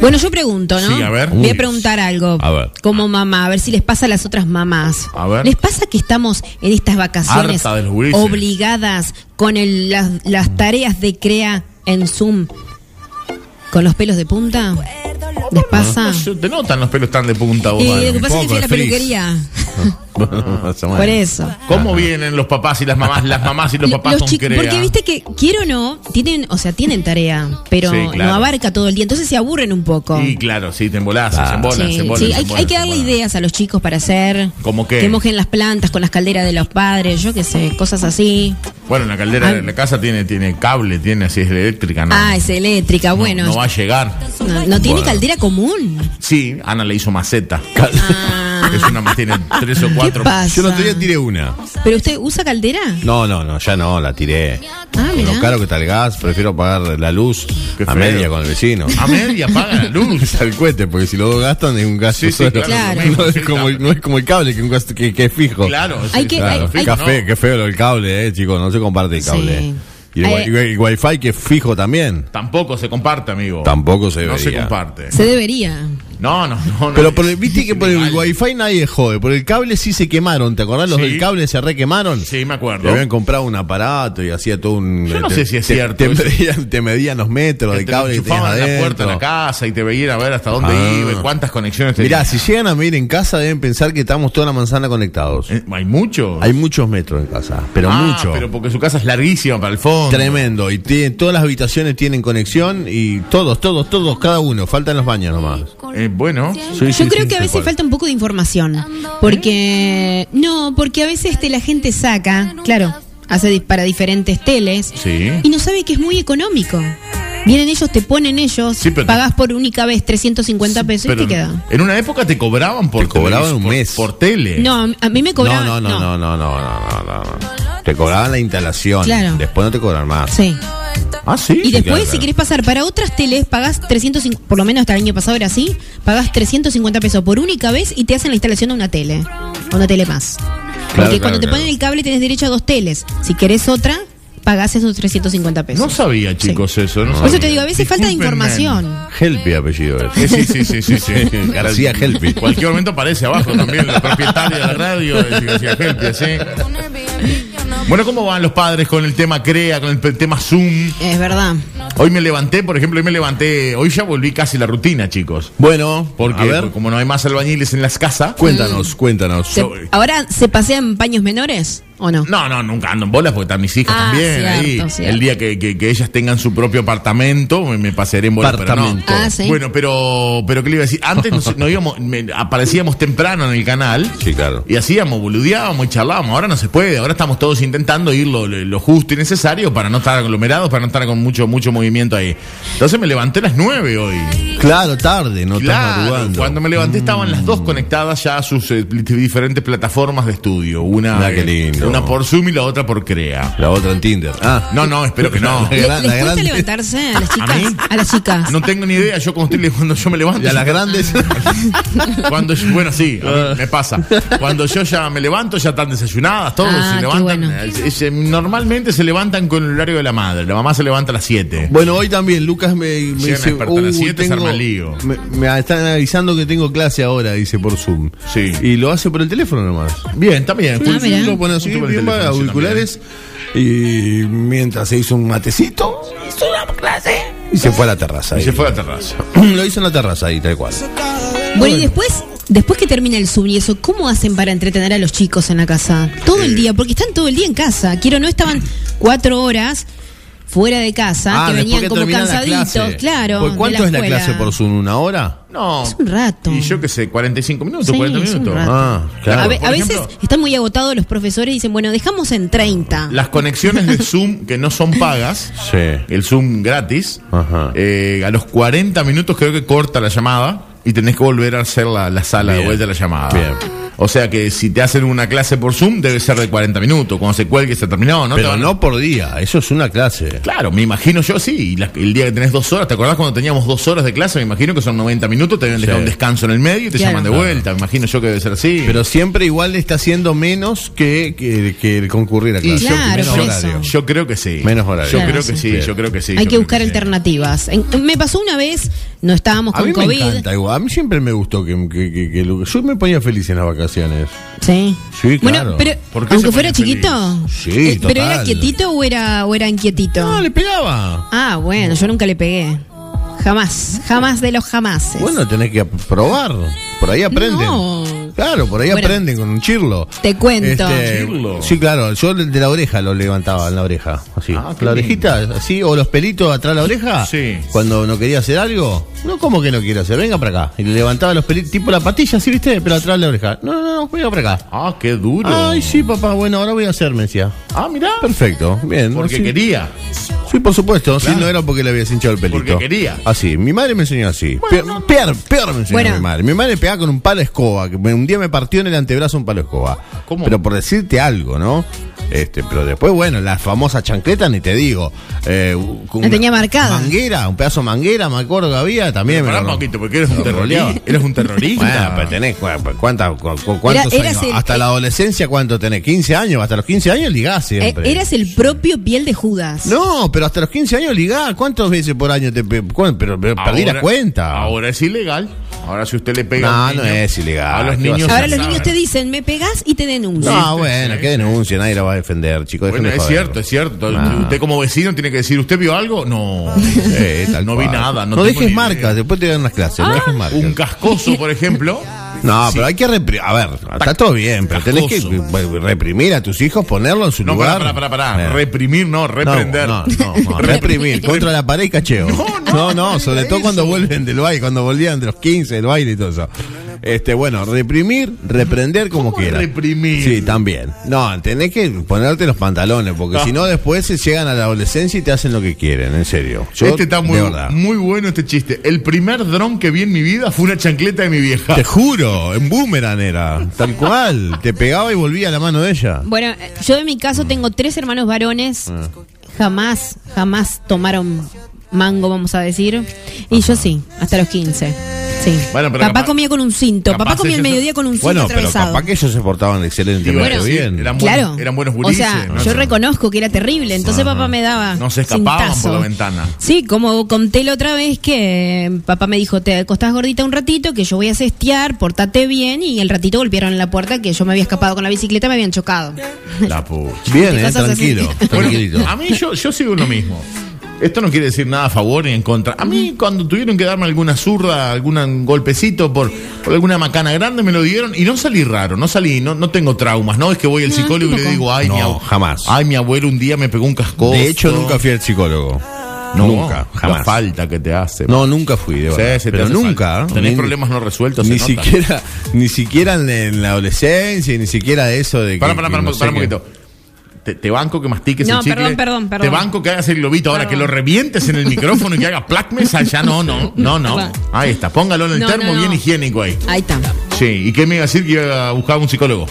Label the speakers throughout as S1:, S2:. S1: Bueno, yo pregunto, ¿no?
S2: Sí, a ver.
S1: Voy
S2: Uy.
S1: a preguntar algo.
S2: A ver.
S1: Como mamá, a ver si les pasa a las otras mamás.
S2: A ver.
S1: ¿Les pasa que estamos en estas vacaciones
S2: Harta de los gurises.
S1: obligadas con el- las, las tareas de CREA en Zoom con los pelos de punta? ¿Les pasa?
S2: No, te notan los pelos tan de punta vos.
S1: Y
S2: Manu.
S1: lo que pasa es que fui a la
S3: poco, es frizz.
S1: peluquería. Por
S3: Por
S1: eso.
S2: ¿Cómo vienen los papás y las mamás? Las mamás y los
S1: Lo-
S2: papás con
S1: chi-
S2: crea.
S1: Porque viste que, quiero o no, tienen, o sea, tienen tarea, pero
S2: Sí, claro.
S1: no abarca todo el día, entonces se aburren un poco.
S2: Sí, claro, sí, te embolás,
S3: Ah.
S2: se embolan,
S1: Sí,
S2: se embolan.
S1: sí,
S2: se
S1: hay,
S2: embolan,
S1: hay que
S2: se
S1: darle
S2: embolan.
S1: ideas a los chicos para hacer.
S2: ¿Cómo qué?
S1: Que mojen las plantas con las calderas de los padres, yo qué sé, cosas así.
S2: Bueno, la caldera de la casa tiene, tiene cable, tiene así es eléctrica, ¿no?
S1: Ah, es eléctrica, bueno.
S2: No va a llegar.
S1: no, no tiene
S2: Bueno.
S1: caldera común.
S2: Sí, Ana le hizo maceta.
S1: Ah.
S2: Es una, tiene tres o cuatro.
S1: pasa?
S3: Yo el otro día tiré una.
S1: ¿Pero usted usa caldera?
S3: No, no, no, ya no, la tiré.
S1: Ah,
S3: Con
S1: mirá.
S3: Lo caro que está el gas, prefiero pagar la luz
S2: Qué
S3: a
S2: feo. Ah,
S3: media con el vecino.
S2: A media apaga la luz.
S3: Al cohete, porque si los dos gastan es un gasto
S2: Sí, sí,
S3: solo.
S1: claro,
S2: Claro.
S3: No, es como, el- no es como el cable que, un gasto- que- que es fijo.
S2: Claro,
S1: Hay que-
S3: Claro,
S1: hay-
S3: qué,
S2: ¿no?
S3: feo, qué feo el cable, eh, chicos, no se comparte el
S1: Sí.
S3: cable. Y el,
S1: Eh,
S3: wi- el wifi que es fijo también,
S2: Tampoco se comparte, amigo.
S3: tampoco se
S2: No se
S3: debería.
S2: comparte.
S1: Se debería.
S2: No, no, no. no.
S3: Pero por el- viste que por el
S2: Ilegal.
S3: wifi nadie jode, por el cable sí se quemaron, ¿te acordás? Los
S2: Sí.
S3: del cable se re quemaron.
S2: Sí, me
S3: Le
S2: acuerdo.
S3: habían comprado un aparato y hacía todo un.
S2: Yo no
S3: te-
S2: sé si es
S3: te-
S2: cierto
S3: Te,
S2: eso.
S3: medían, te medían los metros
S2: Que
S3: de
S2: te
S3: cable que tenías
S2: enchufaban en la puerta
S3: adentro.
S2: de la casa y te veían a ver hasta dónde
S3: Ah.
S2: iba, y cuántas conexiones
S3: Mirá,
S2: tenías.
S3: si llegan a venir en casa, deben pensar que estamos toda la manzana conectados.
S2: Eh, Hay mucho.
S3: Hay muchos metros en casa, pero
S2: Ah,
S3: mucho.
S2: Pero porque su casa es larguísima para el fondo.
S3: Tremendo. Y tiene- todas las habitaciones tienen conexión y todos, todos, todos, cada uno. Faltan los baños nomás.
S2: Eh, bueno,
S1: Yo creo que a veces falta un poco de información. Porque. No, porque a veces este, la gente saca, claro, hace di- para diferentes teles.
S2: Sí.
S1: Y no sabe que es muy económico. Vienen ellos, te ponen ellos,
S2: Sí, pero te-
S1: pagás por única vez 350 pesos
S2: pero
S1: y te queda.
S2: en una época te cobraban por
S3: Te cobraban
S2: televis-
S3: un
S2: por-
S3: mes.
S2: por, tele.
S1: No, a mí- a mí me cobraban.
S3: no, no, no, no, no, no, no, no, no. Te cobraban la instalación.
S1: Claro.
S3: Después no te cobran más.
S1: Sí.
S2: Ah, sí.
S1: Y después,
S3: claro,
S1: si
S3: claro.
S1: querés pasar para otras teles, pagás 350, por lo menos hasta el año pasado era así, pagás 350 pesos por única vez y te hacen la instalación de una tele, o una tele más. Porque
S3: claro,
S1: cuando te
S3: claro.
S1: ponen el cable tenés derecho a dos teles. Si querés otra, pagás esos 350 pesos.
S2: No sabía, chicos, eso. No
S1: Por eso
S2: sabía.
S1: te digo, a veces falta de
S2: Discúlpenme.
S1: información.
S3: Helpi apellido
S2: Eh,
S3: es.
S2: Sí, sí, sí, sí, sí.
S3: García Helpi.
S2: En cualquier momento aparece abajo también la propietaria de la radio, eh, García Helpi, sí. Bueno, ¿cómo van los padres con el tema CREA, con el pe- tema Zoom?
S1: Es verdad.
S2: Hoy me levanté, por ejemplo, hoy me levanté, hoy ya volví casi la rutina, chicos.
S3: Bueno,
S2: Porque
S3: a ver,
S2: como no hay más albañiles en las casas.
S3: cuéntanos, cuéntanos.
S1: Se- ¿Ahora se pasean paños menores o no?
S2: mm, No, no, nunca ando en bolas porque están mis hijas
S1: Ah,
S2: también
S1: cierto,
S2: ahí.
S1: cierto.
S2: El día que, que- que ellas tengan su propio apartamento, me, me pasearé en bolas. Pero no.
S3: Apartamento.
S1: Ah, sí.
S2: Bueno, pero, pero ¿qué le iba a decir? Antes nos, no íbamos, me- aparecíamos temprano en el canal.
S3: Sí, claro.
S2: Y hacíamos, boludeábamos y charlábamos. Ahora no se puede. Ahora estamos todos intentando ir lo, lo- lo justo y necesario para no estar aglomerados, para no estar con mucho mucho movimiento ahí. Entonces me levanté a las 9 hoy.
S3: Claro, tarde, no estás
S2: Claro,
S3: madrugando. Mm.
S2: cuando me levanté estaban las dos conectadas ya a sus eh, pl- diferentes plataformas de estudio. Una,
S3: Ah, qué
S2: eh,
S3: lindo.
S2: una por Zoom y la otra por Crea.
S3: La otra en Tinder. Ah,
S2: No, no, espero que no.
S3: La
S1: ¿Le- ¿Les
S3: gran- la
S1: cuesta
S3: grande.
S1: levantarse a las
S2: ¿A mí?
S1: chicas? A las chicas.
S2: No tengo ni idea, yo cuando, estoy, cuando yo me levanto.
S3: y a las grandes.
S2: Cuando yo- bueno, sí, a mí me pasa. Cuando yo ya me levanto, ya están desayunadas, todos
S1: Ah,
S2: se
S1: qué
S2: levantan.
S1: bueno.
S2: eh, se- normalmente se levantan con el horario de la madre. La mamá se levanta a las 7.
S3: bueno, hoy también Lucas me, me
S2: Llegan a
S3: dice.
S2: despertar a las siete, se
S3: tengo-
S2: arma el lío".
S3: me, me están avisando que tengo clase ahora, dice por Zoom.
S2: Sí.
S3: Y lo hace por el teléfono nomás.
S2: Bien, también.
S1: Ah, mirá.
S3: Lo pone así,
S2: Junto por el
S3: pimba,
S2: teléfono, sí,
S3: auriculares. Y mientras se hizo un matecito, hizo una clase. Y se fue a la terraza.
S2: Y
S3: ahí.
S2: se fue a la terraza.
S3: lo hizo en la terraza ahí, tal cual.
S1: Bueno, y después, después que termina el Zoom y eso, ¿cómo hacen para entretener a los chicos en la casa? Todo
S3: Eh.
S1: el día, porque están todo el día en casa. Quiero, no estaban cuatro horas fuera de casa,
S3: Ah,
S1: que
S3: después
S1: venían
S3: que
S1: como
S3: termina la
S1: cansaditos,
S3: clase.
S1: claro.
S3: Pues,
S1: de
S3: ¿Cuánto es la
S1: escuela.
S3: clase por Zoom? ¿Una hora?
S2: No.
S1: Es un rato.
S2: Y yo qué sé, 45 minutos,
S1: Sí,
S2: 40
S1: es un
S2: minutos.
S1: rato.
S3: Ah,
S1: A,
S3: claro.
S1: ve-
S2: por
S1: a veces
S2: ejemplo-
S1: están muy agotados los profesores y dicen, bueno, dejamos en 30.
S2: Las conexiones de Zoom que no son pagas,
S3: Sí.
S2: el Zoom gratis,
S3: Ajá.
S2: eh, a los 40 minutos creo que corta la llamada y tenés que volver a hacer la, la sala de
S3: Bien.
S2: vuelta a la llamada.
S3: Bien.
S2: O sea que si te hacen una clase por Zoom debe ser de 40 minutos, cuando se cuelgue se terminó, ¿no? Te
S3: Pero
S2: van-
S3: no por día, eso es una clase.
S2: Claro, me imagino yo sí, y la- el día que tenés dos horas, ¿te acordás cuando teníamos dos horas de clase? Me imagino que son 90 minutos, te deben dejar
S3: Sí.
S2: un descanso en el medio y te
S1: Claro.
S2: llaman de
S1: Claro.
S2: vuelta, me imagino yo que debe ser así.
S3: Pero siempre igual está haciendo menos que, que, que el concurrir a
S2: Y
S3: clase.
S2: yo- Claro,
S3: menos
S1: por
S3: horario.
S1: eso.
S2: Yo creo que sí.
S3: Menos horario.
S2: Yo
S1: Claro,
S2: creo que
S1: sí.
S2: sí, yo creo que sí.
S1: Hay
S2: yo
S1: que
S2: creo
S1: buscar
S2: sí.
S1: alternativas. En- me pasó una vez no estábamos
S3: A
S1: con
S3: mí me
S1: COVID.
S3: encanta igual. A mí siempre me gustó que, que- que- que lo- yo me ponía feliz en las vacaciones.
S1: Sí.
S3: Sí,
S1: Bueno,
S3: claro.
S1: pero
S2: ¿Por qué se
S1: aunque
S2: pone
S1: fuera chiquito. eh,
S3: feliz? Sí,
S1: ¿Pero era
S3: total.
S1: quietito o era, o era inquietito?
S3: No, le pegaba.
S1: Ah, bueno, yo nunca le pegué. Jamás, jamás de los jamases. Eh,
S3: Bueno, tenés que probar. Por ahí aprenden.
S1: No.
S3: Claro, por ahí
S1: Bueno,
S3: aprenden con un chirlo. Este,
S1: te cuento.
S2: Chirlo.
S3: Sí, claro. Yo de la oreja lo levantaba en la oreja. Así.
S2: Ah, qué
S3: la orejita, así, o los pelitos atrás de la oreja.
S2: Sí.
S3: Cuando no quería hacer algo. No, ¿cómo que no quiero hacer? Venga para acá. Y le levantaba los pelitos, tipo la patilla, ¿sí viste? Pero atrás de la oreja. No, no, no, venga para acá.
S2: Ah, qué duro.
S3: Ay, sí, papá, bueno, ahora voy a hacer, me decía.
S2: Ah, mirá.
S3: Perfecto, bien.
S2: Porque
S3: sí.
S2: quería.
S3: Sí, por supuesto.
S2: Claro.
S3: Sí, no era porque le había hinchado el pelito.
S2: Porque quería.
S3: Así. Mi madre me enseñó así. peor, peor, peor me enseñó
S1: Bueno.
S3: mi madre. Mi madre pegaba con un palo de escoba. Que me- un día me partió en el antebrazo un palo de escoba.
S2: ¿Cómo?
S3: Pero por decirte algo, ¿no? Este, pero después, bueno, la famosa chancleta, ni te digo. Eh, con
S1: La
S3: una
S1: tenía marcada.
S3: Manguera, un pedazo de manguera, me acuerdo que había. También
S2: Pará
S3: me
S2: un
S3: lo-
S2: poquito, porque eres un
S3: lo roleaba.
S2: terrorista. Eres un terrorista.
S3: Bueno, pero tenés cu- cuánta- cu- cu- cuántos
S1: Era- eras
S3: años.
S1: el-
S3: Hasta la adolescencia, ¿cuánto tenés? ¿15 años? Hasta los 15 años ligás
S1: Eh,
S3: siempre.
S1: eras el propio piel de Judas.
S3: No, pero hasta los 15 años ligá. ¿Cuántas veces por año te pe- cu- pero, pero perdí la
S2: Ahora-
S3: cuenta?
S2: Ahora es ilegal. Ahora si usted le pega
S3: No,
S2: a un
S3: no
S2: niño,
S3: es ilegal.
S2: A los
S3: ¿Qué
S2: niños.
S3: vas a
S1: Ahora
S3: ya
S1: los
S2: saben.
S1: niños te dicen, me pegas y te denuncian.
S3: No, bueno, qué denuncia, nadie la va a defender, chicos.
S2: Bueno, es cierto, es cierto. Usted como vecino tiene que decir, ¿usted vio algo? No. no vi nada. No,
S3: No,
S2: tengo
S3: dejes
S2: ni
S3: marcas,
S2: idea. Ah,
S3: después te dan unas clases. No dejes marcas.
S2: Un cascoso, por ejemplo.
S3: No, pero hay que reprimir. A ver, está todo bien, pero tenés que
S2: Cascoso.
S3: eh, reprimir a tus hijos, ponerlo en su
S2: No,
S3: lugar.
S2: pará, pará, pará. pará.
S3: Eh.
S2: Reprimir, no,
S3: No,
S2: reprender.
S3: No, no, no, reprimir, contra la pared y cacheo. No, no, sobre todo cuando vuelven del baile, cuando volvían de los 15 del baile y todo eso. Este, bueno, reprimir, reprender como
S2: ¿Cómo
S3: quieras.
S2: reprimir?
S3: Sí, también. No, tenés que ponerte los pantalones, porque
S2: No.
S3: si no después se llegan a la adolescencia y te hacen lo que quieren, en serio. Yo,
S2: este está muy,
S3: de verdad.
S2: muy bueno este chiste. El primer dron que vi en mi vida fue una chancleta de mi vieja.
S3: Te juro, en boomerang era, tal cual. Te pegaba y volvía a la mano de ella.
S1: Bueno, eh, yo en mi caso tengo tres hermanos varones.
S3: Ah.
S1: Jamás, jamás tomaron mango, vamos a decir. Y yo sí, hasta los 15. Sí.
S2: Bueno, pero
S1: papá
S2: capaz-
S1: comía con un cinto. Papá
S2: capaz
S1: comía al
S2: ellos-
S1: mediodía con un cinto
S3: Bueno, pero
S1: atravesado.
S3: capaz que ellos se portaban excelentemente
S1: Bueno, sí,
S3: bien.
S2: eran buenos-
S1: Claro.
S2: eran buenos gurises,
S1: O sea,
S2: ¿no?
S1: yo reconozco que era terrible. Entonces papá me daba.
S2: No se escapaban por
S1: cintazo.
S2: la ventana.
S1: Sí, como conté la otra vez que eh, papá me dijo: Te acostás gordita un ratito, que yo voy a cestear, portate bien. Y el ratito golpearon la puerta, que yo me había escapado con la bicicleta, me habían chocado.
S2: La pucha.
S3: Bien,
S1: Te
S3: eh,
S1: casas así. ah.
S3: tranquilo,
S2: Bueno,
S3: tranquilito.
S2: a mí yo, yo sigo en lo mismo. Esto no quiere decir nada a favor ni en contra. A mí cuando tuvieron que darme alguna zurda, algún golpecito por, por alguna macana grande, me lo dieron y no salí raro, no salí, no, no tengo traumas. No es que voy al psicólogo y le
S1: tampoco.
S2: digo, ay,
S3: No,
S2: mi abu-
S3: jamás.
S2: Ay, mi abuelo un día me pegó un cascoso.
S3: De hecho, nunca fui al psicólogo.
S2: No,
S3: nunca,
S2: La
S3: jamás.
S2: falta que te hace.
S3: No, nunca fui, de
S2: Sí,
S3: verdad.
S2: se te
S3: pero
S2: hace
S3: nunca.
S2: falta.
S3: ¿eh?
S2: Tenés
S3: Ni-
S2: problemas no resueltos.
S3: Ni
S2: se nota.
S3: siquiera, ni siquiera en, en la adolescencia, ni siquiera de eso de que.
S2: Pará, pará,
S3: que
S2: pará,
S3: no
S2: pará
S3: sé
S2: un
S3: qué.
S2: poquito. Te, te banco que mastiques
S1: No,
S2: el chicle.
S1: perdón, perdón, perdón.
S2: Te banco que hagas el globito ahora, que
S1: Perdón.
S2: lo revientes en el micrófono y que haga placmes allá. No, no, no, no.
S1: Va.
S2: Ahí está, póngalo en el
S1: No,
S2: termo
S1: no, no.
S2: bien higiénico ahí.
S1: Ahí está.
S2: Sí, ¿y qué me iba a decir que iba a buscar un psicólogo?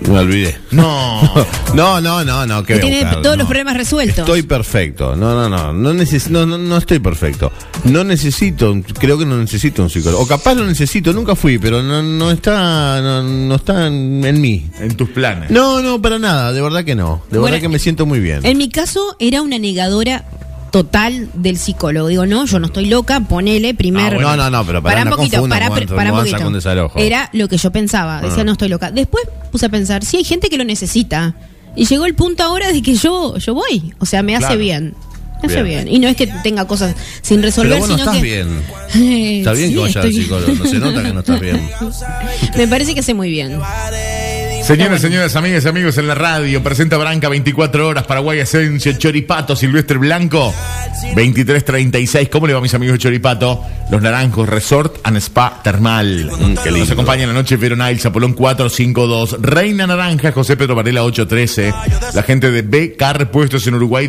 S3: Me olvidé.
S2: No.
S3: No, no, no, no. Que
S1: Que tiene todos los problemas resueltos.
S3: Estoy perfecto. No, no, no. No, neces no, no, no estoy perfecto. No necesito, un- creo que no necesito un psicólogo. O capaz lo necesito, nunca fui, pero no, no está, no, no está en, en mí.
S2: en tus planes.
S3: No, no, para nada, de verdad que no. De
S1: Bueno,
S3: verdad que me siento muy bien.
S1: En mi caso era una negadora total del psicólogo. Digo, no, yo no estoy loca, ponele primero.
S2: Ah, bueno.
S3: No, no, no, pero pará,
S1: Pará un
S3: no
S1: poquito,
S3: confunda
S1: pará,
S3: mudanza-
S1: pre- pará un
S3: mudanza
S1: poquito.
S3: con desalojo. Ah.
S1: Era lo que yo pensaba, decía, no estoy loca. Después puse a pensar, sí hay gente que lo necesita. Y llegó el punto ahora de que yo, yo voy. O sea, me hace
S2: Claro.
S1: bien. Me hace
S3: Bien.
S1: bien. Y no es que tenga cosas sin resolver,
S3: pero vos no
S1: sino
S3: estás
S1: que.
S3: bien.
S1: Eh,
S3: Está bien
S1: sí,
S3: que vayas al
S1: estoy-
S3: psicólogo, no se nota que no estás bien.
S1: Me parece que hace muy bien.
S2: Señoras, señoras, amigas y amigos en la radio, presenta Branca 24 horas, Paraguay Asensio, Choripato, Silvestre Blanco, 2336. ¿Cómo le va, mis amigos de Choripato? Los Naranjos, Resort and Spa Termal. Nos acompaña en la noche Verona El Zapolón 452, Reina Naranja, José Pedro Varela 813, la gente de BK Repuestos en Uruguay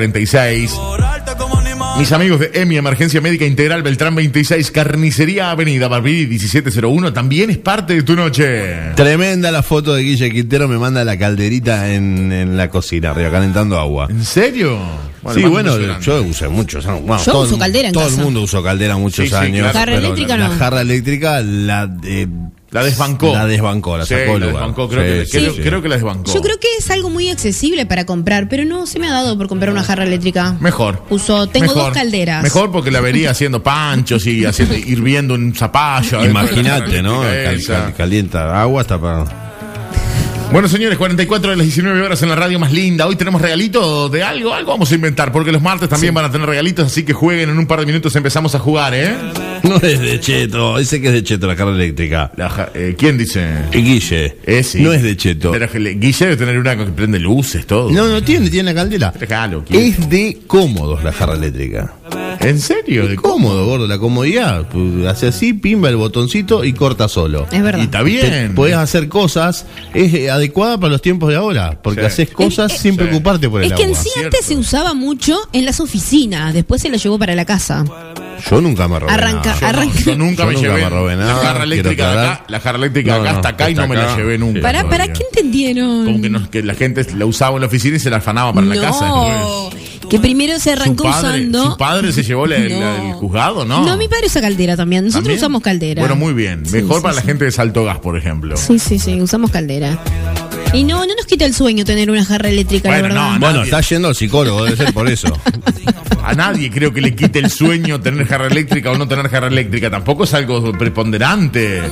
S2: 1846. Mis amigos de EMI, Emergencia Médica Integral Beltrán 26, Carnicería Avenida Barbiri 1701, también es parte de tu noche.
S3: Tremenda la foto de Guille Quintero, me manda la calderita en, en la cocina, arriba, calentando agua.
S2: ¿En serio?
S3: sí,
S2: mando
S3: bueno,
S2: un grande.
S3: yo usé muchos años. Bueno,
S1: Yo
S3: todo el
S1: uso
S3: mu-
S1: caldera en
S3: Todo
S1: casa.
S3: el mundo usó caldera muchos
S2: Sí, sí,
S3: años.
S2: claro.
S1: Jarra
S3: pero
S1: eléctrica
S3: la,
S1: no.
S3: la jarra eléctrica la eh,
S2: La desbancó.
S3: La desbancó, la
S2: Sí,
S3: sacó del
S2: la
S3: lugar.
S2: desbancó, creo,
S3: Sí,
S2: que,
S3: sí,
S2: creo-
S3: sí.
S2: creo que la desbancó.
S1: Yo creo que es algo muy accesible para comprar, pero no se me ha dado por comprar una jarra eléctrica.
S2: Mejor.
S1: Uso, tengo
S2: Mejor.
S1: dos calderas.
S2: Mejor porque la vería haciendo panchos y haciendo, hirviendo un zapallo. adentro de la
S3: Imagínate, ¿no?
S2: característica
S3: Cal-
S2: esa.
S3: cal- calienta agua hasta para.
S2: Bueno, señores, 44 de las 19 horas en la radio más linda. Hoy tenemos regalitos de algo, algo vamos a inventar, porque los martes también van a tener regalitos, así que jueguen en un par de minutos empezamos a jugar, ¿eh?
S3: No es de Cheto, dice que es de Cheto la carga eléctrica.
S2: La ja- eh, ¿Quién dice?
S3: Y Guille.
S2: Eh, sí.
S3: No es de Cheto.
S2: Pero que le- Guille debe tener una que prende luces, todo.
S3: No, no tiene, tiene la caldera.
S2: Regalo, Guille.
S3: Es de cómodos la jarra eléctrica.
S2: ¿En serio? ¿De cómo?
S3: Cómodo, gordo, la comodidad. Pues, Hace así, pimba el botoncito y corta solo.
S1: Es verdad.
S2: Y está
S3: Te-
S2: bien.
S3: Podés hacer cosas, es eh, adecuada para los tiempos de ahora, porque
S2: Sí.
S3: haces cosas
S1: Es- es-
S3: sin
S2: sí.
S3: preocuparte por el
S1: es que en
S3: agua.
S1: sí
S2: cierto.
S1: antes se usaba mucho en las oficinas, después se la llevó para la casa.
S3: Yo nunca me robé
S1: Arranca-
S3: nada.
S2: Yo no,
S1: Arranca-
S2: yo nunca
S3: Yo
S2: me
S3: nunca
S2: llevé
S3: me robé
S2: la
S3: nada,
S2: jarra eléctrica
S3: quiero
S2: de acá,
S3: aclarar.
S2: la jarra eléctrica de
S3: No,
S2: acá
S3: no,
S2: hasta acá y no
S3: hasta
S2: me la
S3: acá.
S2: llevé nunca.
S1: ¿Para,
S2: todavía.
S1: para qué entendieron?
S2: Como que, no- que la gente la usaba en la oficina y se la afanaba para la casa. pues.
S1: no, que primero se
S2: Su
S1: arrancó
S2: padre,
S1: usando.
S2: su padre se llevó la- la-
S1: No.
S2: el juzgado, ¿no?
S1: mi padre usa caldera también. Nosotros
S2: ¿También?
S1: usamos caldera.
S2: Bueno, muy bien.
S1: Sí,
S2: Mejor
S1: sí,
S2: para la
S1: sí.
S2: gente de Salto Gas, por ejemplo.
S1: Sí, sí, sí, usamos caldera. Y no, no nos quita el sueño tener una jarra eléctrica,
S2: Bueno,
S1: la verdad.
S2: no,
S3: Bueno,
S2: Nadie.
S3: está yendo al psicólogo, debe ser por eso.
S2: A nadie creo que le quite el sueño tener jarra eléctrica o no tener jarra eléctrica. Tampoco es algo preponderante.